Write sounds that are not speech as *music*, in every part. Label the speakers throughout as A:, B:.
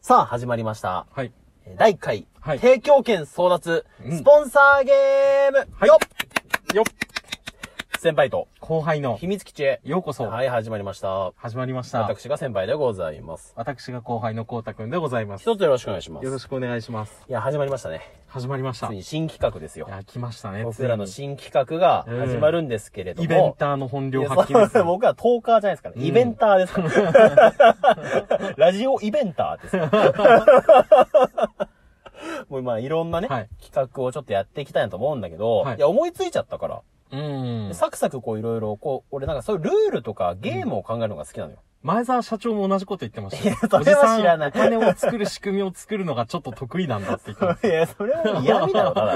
A: さあ、始まりました。
B: はい。
A: えー第1回、
B: はい
A: 提供権争奪、
B: うん
A: スポンサーゲーム、
B: はい
A: よ
B: よっ
A: っ先輩と、
B: 後輩の
A: 秘密基地へ。
B: ようこそ、
A: はい、始まりました。
B: 始まりました。私
A: 私が先輩でございます。
B: が後輩のこうたくんでございます。よ
A: 一つよろしくお願いします。
B: ろしくお願いします。
A: いや、始まりましたね。
B: 始まりました。
A: つい
B: い
A: に新企画ですよ。
B: や、来ましたね。
A: 僕らの
B: つい
A: 新企画が始まるんですけれど
B: に
A: も。
B: イベンターの本
A: い
B: 領
A: や
B: 発揮です
A: そう *laughs*
B: よ。
A: 僕はトーカーじゃないですから、
B: うん
A: イベンターです
B: *laughs*
A: から。ラジオイベンターです
B: *laughs*
A: から。もうまあいろんなね、
B: はい
A: 企画をちょっとやっていきたいなと思うんだけど、
B: はい
A: い、や思いついちゃったから、
B: うん
A: で。サクサクこういろいろ、こう、俺なんかそういうルールとかゲームを考えるのが好きなの
B: *laughs*
A: よ。
B: 前澤社長も同じこと言ってましたよ
A: いやそれは知らない
B: おじさんお金を作る仕組みを作るのがちょっと得意なんだって言って
A: *laughs*
B: まし
A: いや、それは嫌味だろ、た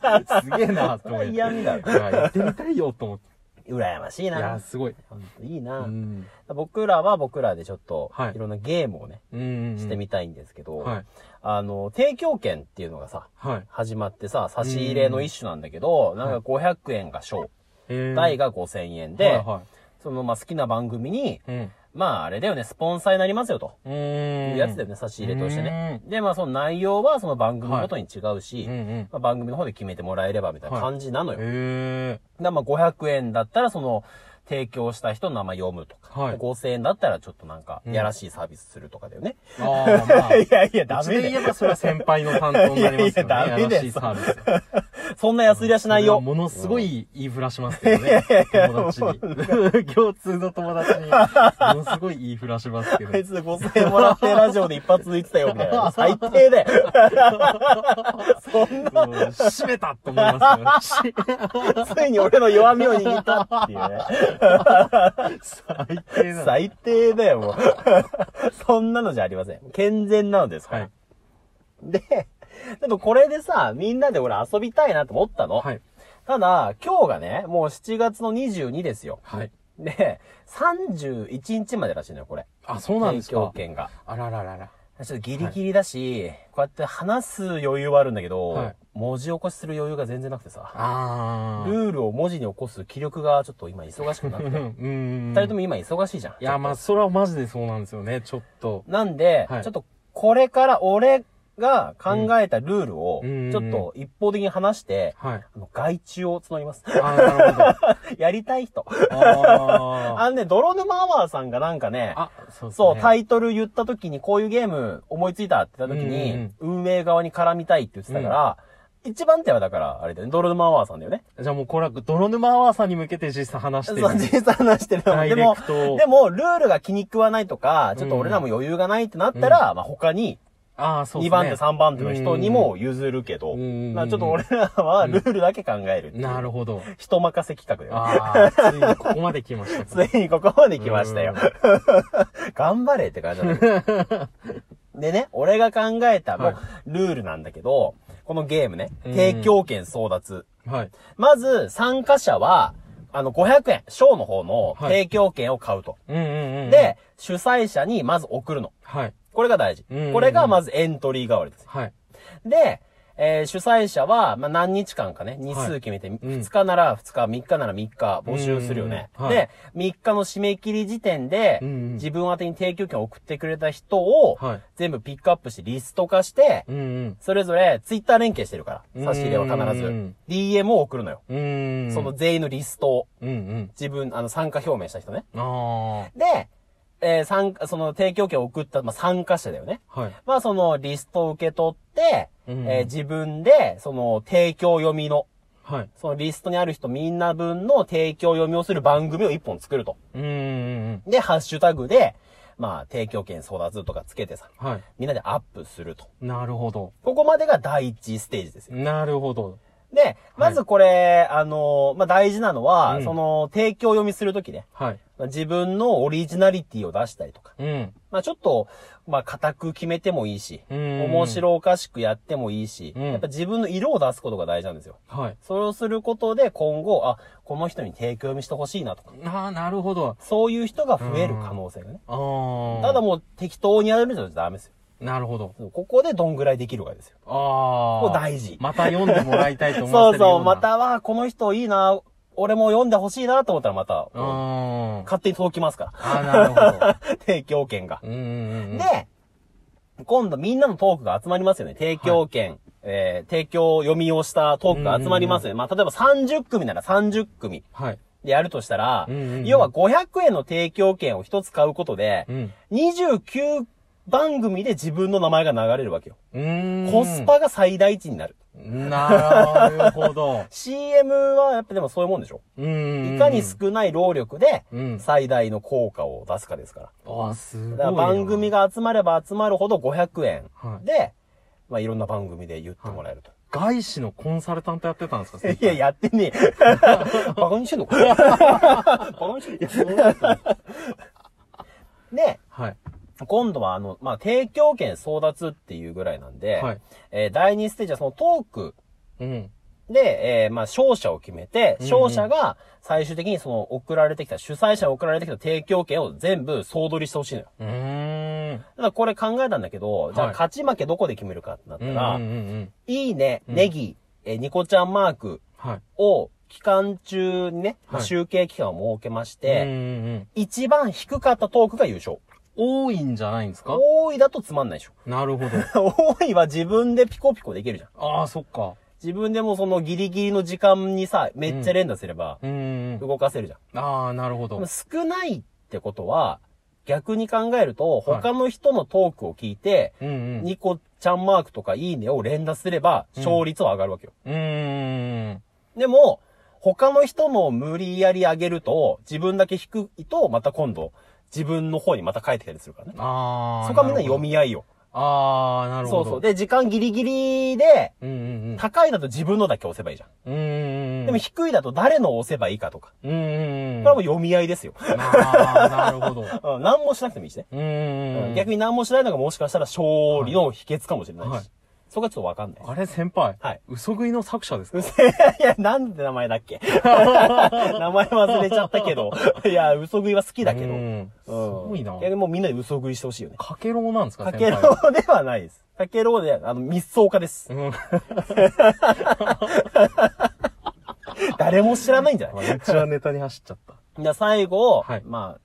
A: だ。
B: た。すげえなって
A: それ
B: 思
A: は
B: って。い
A: 嫌
B: や、
A: 味だろ。
B: 行ってみたいよと思って。
A: *laughs* 羨ましい
B: いや、
A: な。
B: すごい。
A: ほんといいな、
B: うん。
A: 僕らは僕らでちょっと、
B: はい
A: い、ろんなゲームをね、
B: うん。
A: してみたいんですけど、
B: はい。
A: あの、提供券っていうのがさ、
B: はい。
A: 始まってさ、差し入れの一種なんだけど、なんか500円が小、
B: え
A: 大
B: が
A: が5000円
B: はい
A: で、
B: は
A: そのまあ好きな番組に、
B: い。うん。
A: まああれだよね、スポンサーになりますよと。
B: う
A: い
B: ん
A: うやつだよね、差し入れとしてね。で、まあその内容はその番組ごとに違うし、
B: うんうん。
A: まあ、番組の方で決めてもらえればみたいな感じなのよ。
B: へえ。
A: でまあ500円だったらその、提供した人の名前読むとか、
B: はい
A: 5000円だったらちょっとなんか、
B: うん
A: やらしいサービスするとかだよね。
B: ああ、 *laughs* ま
A: *laughs*
B: あ。
A: いやいや、
B: う
A: ダ
B: ち
A: メ
B: で
A: だ
B: 言
A: よ。
B: えばそれは先輩の担当になりますよね。
A: いやいやダメだよ
B: やらしいサービス。
A: そんな安売りはしない
B: それは
A: よ。
B: ものすごい言いふらしますけどね。友達に。 *laughs* 共通の友達に、ものすごい言いふらしますけど
A: あ。いつ5000円もらってラジオで一発抜いてたよ、みたいな。最低だよ。 *laughs* そんな、
B: もう閉めたと思いますよ。
A: ついに俺の弱みを握ったっていうね。
B: 最低
A: *laughs*
B: な。
A: 最低だよ、もう。 *laughs* そんなのじゃありません。健全なのですか
B: は
A: ら。
B: い。
A: で、ちょっとこれでさ、みんなで俺遊びたいなと思ったの。
B: はい。
A: ただ、今日がね、もう7月の22ですよ。
B: はい。
A: で、31日までらしいのよ、これ。
B: あ、そうなんです
A: 提供
B: か。
A: 権が。
B: あらららら。
A: ちょっとギリギリだし、こうやって話す余裕はあるんだけど、
B: はい
A: 文字起こしする余裕が全然なくてさ、
B: あ
A: ル
B: ー。
A: ールを文字に起こす気力がちょっと今忙しくな
B: *laughs*
A: って、
B: うんうん。
A: 二人とも今忙しいじゃん。
B: いや、まあ、それはマジでそうなんですよね、ちょっと。
A: なんで、
B: はい
A: ちょっとこれから俺が考えたルールを、
B: うん
A: ちょっと一方的に話して、
B: *laughs* はい。
A: あの外注を募ります。 *laughs*
B: あー、なるほど。
A: やりたい人。
B: あ
A: あのね、泥沼アワーさんがなんかね
B: ー、あ、そうですね
A: そう、タイトル言った時に、こういうゲーム思いついたって言った時
B: うん
A: に、運営側に絡みたいって言ってたから、一番手はだから、あれだよね、ドロルマワーさんだよね。
B: じゃあもうこれは泥沼アワーさんに向けて実際話し
A: そ
B: て
A: う、
B: る。
A: 実際話してるの。
B: ダ
A: で
B: イレ
A: も
B: ク、ト。
A: でも、ルールが気に食わないとか、ちょっと俺らも余裕がないってなったら、まあ他に、
B: ああ、そうで
A: 2
B: すね。
A: 番手、3番手の人にも譲るけど、
B: うん
A: まあちょっと俺らはルールだけ考えるっていう。
B: なる
A: *laughs*
B: ほど。
A: 人任せ企画だよね。
B: ああ、ついにここまで来
A: *laughs*
B: ましたか。
A: ついにここまで来ましたよ。 *laughs* 頑張れって感じなんだけ
B: *laughs*
A: ど。でね、俺が考えた、もう
B: は
A: ルールなんだけど、このゲームね、
B: うん
A: 提供権争奪。
B: はい。
A: まず、参加者は、あの、500円、ショーの方の
B: はい
A: 提供権を買うと。
B: うんうんうん。、
A: で、主催者にまず送るの。
B: はい。
A: これが大事
B: うんうんう。ん
A: これがまずエントリー代わりです。
B: はい。
A: で、えー主催者は、まあ、何日間かね、日数決めて、
B: うん
A: 2日なら2日、3日なら3日募集するよね。
B: うんはい
A: で、3日の締め切り時点で、
B: うんうん
A: 自分宛てに提供権を送ってくれた人を、
B: はい。
A: 全部ピックアップしてリスト化して、
B: うんうん。
A: それぞれツイッター連携してるか
B: う
A: ら、差
B: ん
A: し入れは必
B: う
A: ず
B: ん。
A: DM を送るのよ。
B: うんうん。
A: その、全員のリストを、
B: うんうん。
A: 自分、あの、参加表明した人ね。
B: あ
A: で、えー参加、その提供権を送った、まあ、参加者だよね。
B: あ。はい。
A: まあ、そのリストを受け取って、
B: うん
A: えー自分で、その提供読みの、
B: はい。
A: そのリストにある人みんな分の提供読みをする番組を一本作ると。
B: うんうんうん。
A: で、ハッシュタグで、まあ、提供権争奪とかつけてさ、
B: はい。
A: みんなでアップすると。
B: なるほど。
A: ここまでが第一ステージですよ。
B: なるほど。
A: で、まずこれ、あのー、まあ、大事なのは、
B: うん
A: その、提供読みするときね、
B: はい。
A: まあ自分のオリジナリティを出したりとか、
B: うん。
A: まあ、ちょっと、まあ、固く決めてもいいし、
B: うん。
A: 面。白おかしくやってもいいし、
B: うん
A: やっぱ自分の色を出すことが大事なんですよ。
B: はい。
A: それをすることで今後、あ、この人に提供読みしてほしいなとか、
B: ああ、なるほど。
A: そういう人が増える可能性がね。
B: ああ。
A: ただもう適当にやるじゃダメです
B: なるほど。
A: よ。ここでどんぐらいできるかですよ。
B: あ
A: こ
B: あ。
A: れ大事。
B: また読んでもらいたいと思
A: そ
B: わ
A: う
B: せるよ
A: *laughs*
B: うな。
A: そう、ま。たは、この人いいな、俺も読んでほしいなと思ったらまた、
B: うーん。
A: 勝手に届きますか
B: あ、なるほど。
A: *laughs* ら。提供権が。
B: うんうんうん。
A: で、今度みんなのトークが集まりますよね。提供権、えー、提供読みをしたトークが集まりますよね。まあ、例えば30組なら30組
B: はい。
A: でやるとしたら、
B: うんうんうん
A: 要は500円の提供権を一つ買うことで、
B: うん。
A: 29番組で自分の名前が流れるわけよ。
B: うーん。
A: コスパが最大値になる。
B: なるほど。
A: CM はやっぱでもそういうもんでしょ
B: うーん。
A: いかに少ない労力で
B: うん
A: 最大の効果を出すかですから。
B: あ、すごい
A: だか
B: な。
A: ら番組
B: が。
A: が集まれば集まるほど500円
B: はい
A: で、まあいろんな番組で言ってもらえると。
B: 外資のコンサルタントやってたんですか
A: い、や、
B: っ
A: やって
B: *laughs*
A: ねえ。バカにしてんのバカにしてんので、
B: はい。
A: 今度はあの、まあ、提供権争奪っていうぐらいなんで、
B: はい
A: えー第2ステージはそのトーク
B: うん。
A: で、えーまあ、勝者を決めて、
B: うんうん
A: 勝者が最終的にその送られてきた、主催者に送られてきた提供権を全部総取りしてほしいのよ。
B: うーん。
A: だからこれ考えたんだけど、じゃあ
B: はい
A: 勝ち負けどこで決めるかってなったら、
B: うんうんうん。
A: いいね、
B: うん
A: ネギ、えーニコちゃんマーク
B: はい。
A: を期間中にね、まあ
B: はい
A: 集計期間を設けまし
B: うん
A: て、
B: うんうん、
A: 一番低かったトークが優勝。
B: 多いんじゃないんですか
A: 多いだとつまんない
B: *laughs*
A: でしょ。
B: なるほ
A: *laughs*
B: ど。
A: 多いは自分でピコピコできるじゃん。
B: ああ、そっか。
A: 自分でもそのギリギリの時間にさ、めっちゃ連打すれば
B: うんうんうん。
A: 動かせるじゃん。
B: ああ、なるほ
A: で
B: ど
A: も。少ないってことは、逆に考えると、他の人のトークを聞いて、
B: うんうん。
A: ニコちゃんマークとかいいねを連打すれば、勝率は上がるわけよ。
B: うーん。
A: でも、他の人の無理やり上げると、自分だけ低いと、また今度、自分の方にまた返ってきたりするからね。
B: ああ。
A: そこはみんな読
B: る
A: み合いよ。
B: ほど。ああ、なる
A: そ
B: ほど。
A: うそう。で、時間ギリギリで、
B: うんうんうん。
A: 高いだと自分のだけ押せばいいじゃん。
B: うんうんうん。
A: でも低いだと誰のを押せばいいかとか。
B: うんうんうん。
A: これはもう読み合いですよ。 *laughs*
B: ああ、なるほど。
A: うん何もしなくてもいいしね。
B: うんうんうん。
A: 逆
B: に。
A: に何もしないのがもしかしたら勝利の秘訣かもしれないし。
B: はい
A: そこはちょっとわかんない。
B: あれ、先輩。
A: はい。
B: 嘘食いの作者ですか
A: うせえ、 *laughs* いや、なんで名前だっけ *laughs* 名前忘れちゃったけど。いや、嘘食いは好きだけど。
B: う
A: うん
B: ん。すごいな。
A: いや、でもみんなで嘘食いしてほしいよね。
B: かけろうなんですか
A: かけろ
B: 先輩は
A: うではないです。かけろうで、あの、密相家です。
B: うん。
A: 誰も知らないんじゃない
B: めっちゃネタに走っちゃった。
A: じゃあ最後、
B: はい
A: ま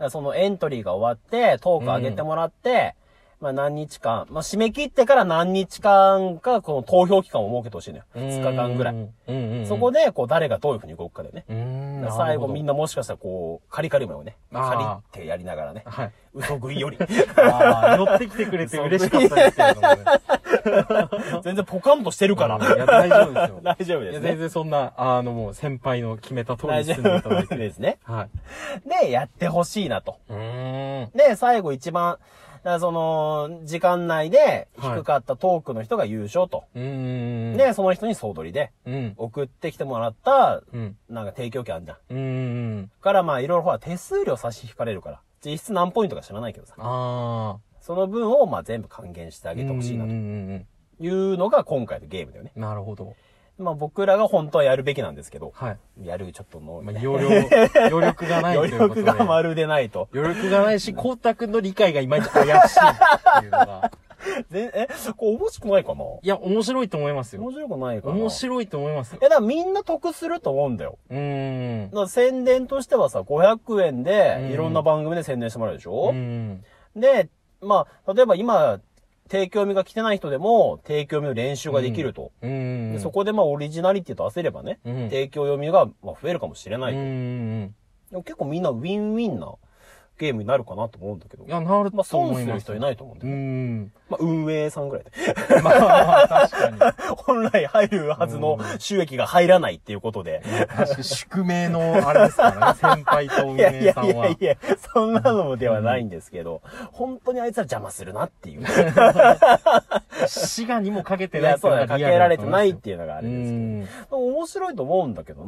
A: あ、そのエントリーが終わって、トーク上げてもらって、まあ何日間、まあ締め切ってから何日間か、この投票期間を設けてほしいのよ。2日間ぐらい。
B: うんうんうん。
A: そこで、こう誰がどういう風に動くかだよね。
B: うーん。
A: 最後みん
B: な
A: なもしかしたらこう、カリカリ梅をね、カ
B: あ
A: リってやりながら
B: *laughs*
A: ね
B: るほど。、はい。
A: 嘘食いより。 *laughs*
B: ああ、寄ってきてくれて嬉しかったですけれどもね。
A: 全然ポカンとしてるか
B: い
A: ら。
B: や、大丈夫ですよ。
A: *laughs* 大丈夫で
B: いや、
A: す
B: 全
A: ね。
B: 然そんな、あの、もう先輩の決めた通りに
A: 大丈
B: 進んでいただい
A: 夫
B: て。
A: ですね。
B: はい。
A: で、やってほしいなと。
B: うーん。
A: で、最後一番、だからその、時間内で
B: はい
A: 低かったトークの人が優勝と。
B: うーん。、
A: で、その人に総取りで
B: うん。
A: 送ってきてもらった、
B: うん。
A: なんか提供権あるじゃん。
B: うーん。
A: からまあいろいろほら手数料差し引かれるから。実質何ポイントか知らないけどさ。
B: あ
A: その分をまあ全部還元してあ
B: あ。
A: げてほしいな
B: うん
A: と
B: うん
A: いうのが今回のゲームだよね。
B: うん。なるほど。
A: まあ僕らが本当はやるべきなんですけど、
B: はい。
A: やるちょっとの、 *laughs*
B: まあ、容量、余力がないとい
A: 余
B: うこと
A: 力
B: で。
A: がまるでないと。
B: 余力がないし、光沢君の理解がいまいち怪しいっていうのが。
A: *laughs* でえ、これ面白くないかない
B: や、面白いと思いますよ
A: 面。白くないかな
B: 面白いと思いますよ
A: い。や、だからみんな得すると思うんだよ。
B: うーん
A: だ。から宣伝としてはさ、500円で
B: う、ん
A: いろんな番組で宣伝してもらうでしょ
B: う、ん。
A: で、まあ、例えば今、提供味が来てない人でも、提供味の練習ができると。
B: うん。
A: でそこでまあ、オリジナリティと焦ればね、
B: うん
A: 提供読みがまあ増えるかもしれない
B: うん
A: と、
B: うん
A: でも結構みんなウィンウィンなゲームになるかなと思うんだけど
B: うん。い。や、な
A: まあ、
B: ると
A: 損
B: 思い
A: する
B: ます。
A: 人いないと思うんだ
B: う
A: よ。
B: ん。
A: まあ、運営さんぐらいで。
B: まあ、確か
A: *laughs* 本来入るはずの収益が入らないっていうことで。
B: に。確かに宿命の、あれで
A: *laughs*
B: すからね、先輩と運
A: いやい
B: 営
A: や
B: さ
A: い
B: ん
A: や。
B: はい
A: や、そんなのではないんですけど、本当にあいつら邪魔するな
B: *laughs*
A: っていう。
B: 滋賀にもかけて
A: い
B: ない
A: や、
B: って
A: そ
B: いう
A: だ
B: うの
A: ね、か
B: が
A: け
B: リアルだ
A: られ
B: と
A: て
B: 思
A: ないっ
B: ます
A: ていうのがあれ
B: よう
A: ですけど。
B: ん。
A: 面白いと思うんだけど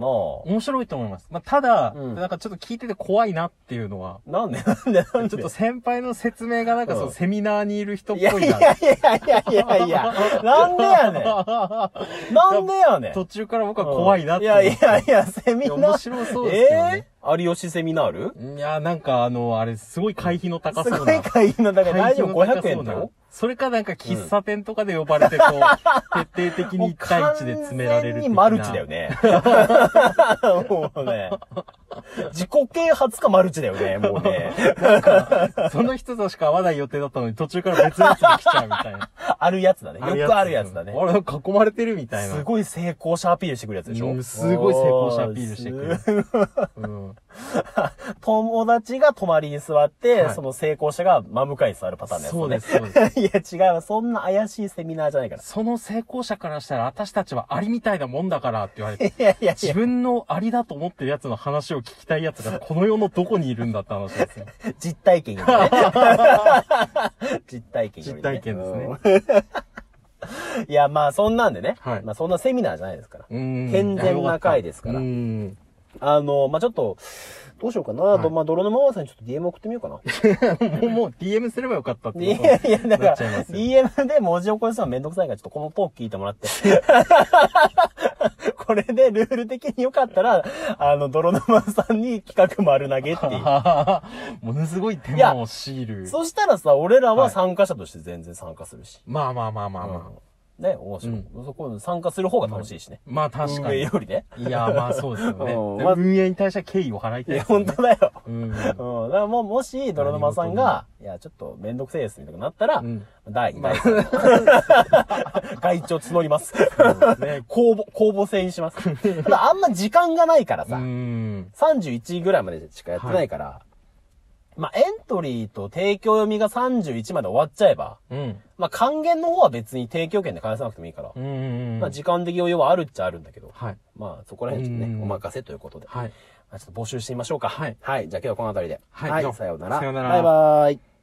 B: 面白いと思います。まあ、ただ、
A: うん
B: なんかちょっと聞いてて怖いなっていうのは、
A: ななんで
B: *laughs*
A: なんでなんで
B: ちょっと先輩の説明がなんかそうの
A: ん
B: セミナーにいる人っ
A: いや
B: ぽ
A: い
B: い
A: や。
B: ない
A: やいやいやいや、なんでやねん。なんでやねん。
B: 途中から僕は怖いなって
A: い
B: 思っ
A: や
B: て。
A: いやいや、セミナ
B: 面
A: ー。
B: 白そうですけどね。
A: 有吉セミナール
B: いや、なんかあの、あれ、すごい会費の高
A: す
B: そうな。
A: ごい会員なんだから大丈夫
B: 会費の高
A: 500
B: そう
A: 円だ
B: な
A: よ。
B: それかなんか喫茶店とかで呼ばれて、こう、徹底的に一対一で詰められ
A: 完全
B: る的
A: に
B: な
A: マルチだよ。ね。もうね。自己啓発かマルチだよね、もうね。
B: その人としか会わない予定だったのに、途中から別のやつが来ちゃうみたいな。
A: あるやつだね。よくあるやつだね。
B: あれ、なんか囲まれてるみたいな。
A: すごい成功者アピールしてくるやつでし
B: う
A: ょ
B: んすごい成功者アピールしてくる
A: おーす。
B: うん
A: 友達が隣に座って、
B: はい
A: その成功者が真向かいに座るパターンのやつだ
B: そう
A: ね
B: です、そうです。
A: *laughs* いや、違うわ。そんな怪しいセミナーじゃないから。
B: その成功者からしたら、私たちはアリみ *laughs* たいなもんだからって言われて、
A: いやいやい
B: 自
A: や、
B: 分のアリだと思ってる奴の話を聞きたい奴が、この世のどこにいるんだって話で
A: *laughs*
B: すよ。
A: 実体験
B: *laughs*
A: よりね。 *laughs* 実体験よりね
B: 実体験ですね。
A: うんいや、まあそんなんでね。
B: はい
A: まあそんなセミナーじゃないですから。
B: うん
A: 健全な回ですから
B: うん。
A: あの、まあちょっと、どうしようかな。
B: い
A: とまあ泥沼ママさんにちょっと DM 送ってみようかな。
B: もう、もう DM すればよかったって
A: *laughs* い
B: こと
A: やいや、だか
B: な
A: ら、
B: っちゃいますよ
A: DM で文字起こしするのはめんどくさいから、ちょっとこのトーク聞いてもらって。 *laughs* これでルール的によかったら、あの、泥沼さんに企画丸投げっていう。
B: ものすごい手間を強いる。
A: そしたらさ、俺ら
B: は
A: はい参加者として全然参加するし。
B: まあまあまあまあまあ。
A: ね、面白い。そこ、参加する方が楽しいしね。
B: まあ確か
A: 運営
B: に
A: よ。りね。
B: いや、まあそうですよね。
A: うん
B: で
A: まあ
B: 運営に対しては敬意を払い
A: い
B: たいで
A: や、
B: すよ
A: 本
B: ね。
A: 当だよ。
B: うん。
A: うん。だからもう、もし、泥沼さんが、いや、ちょっとめんどくせえです、みたいになったら、
B: うん
A: 第2第3の外注を募ります。
B: そうですね。
A: 公募、公募制にします。
B: *laughs*
A: ただあんま時間がないから
B: う
A: さ、
B: ん。
A: 31ぐらいまでしかやってないから、まあエントリーと提供読みが31まで終わっちゃえば、
B: うん。
A: まあ還元の方は別に提供権で返さなくてもいいから、
B: うん。
A: まあ時間的余裕はあるっちゃあるんだけど、
B: はい。
A: まあそこら辺ちょっと
B: う
A: ね、
B: ん
A: お任せということで、
B: はい。
A: まあちょっと募集してみましょうか。
B: はい
A: はい、じゃあ今日はこの辺りで。
B: はい
A: は
B: じゃあ
A: い、さようなら。
B: さようなら
A: バイバーイ。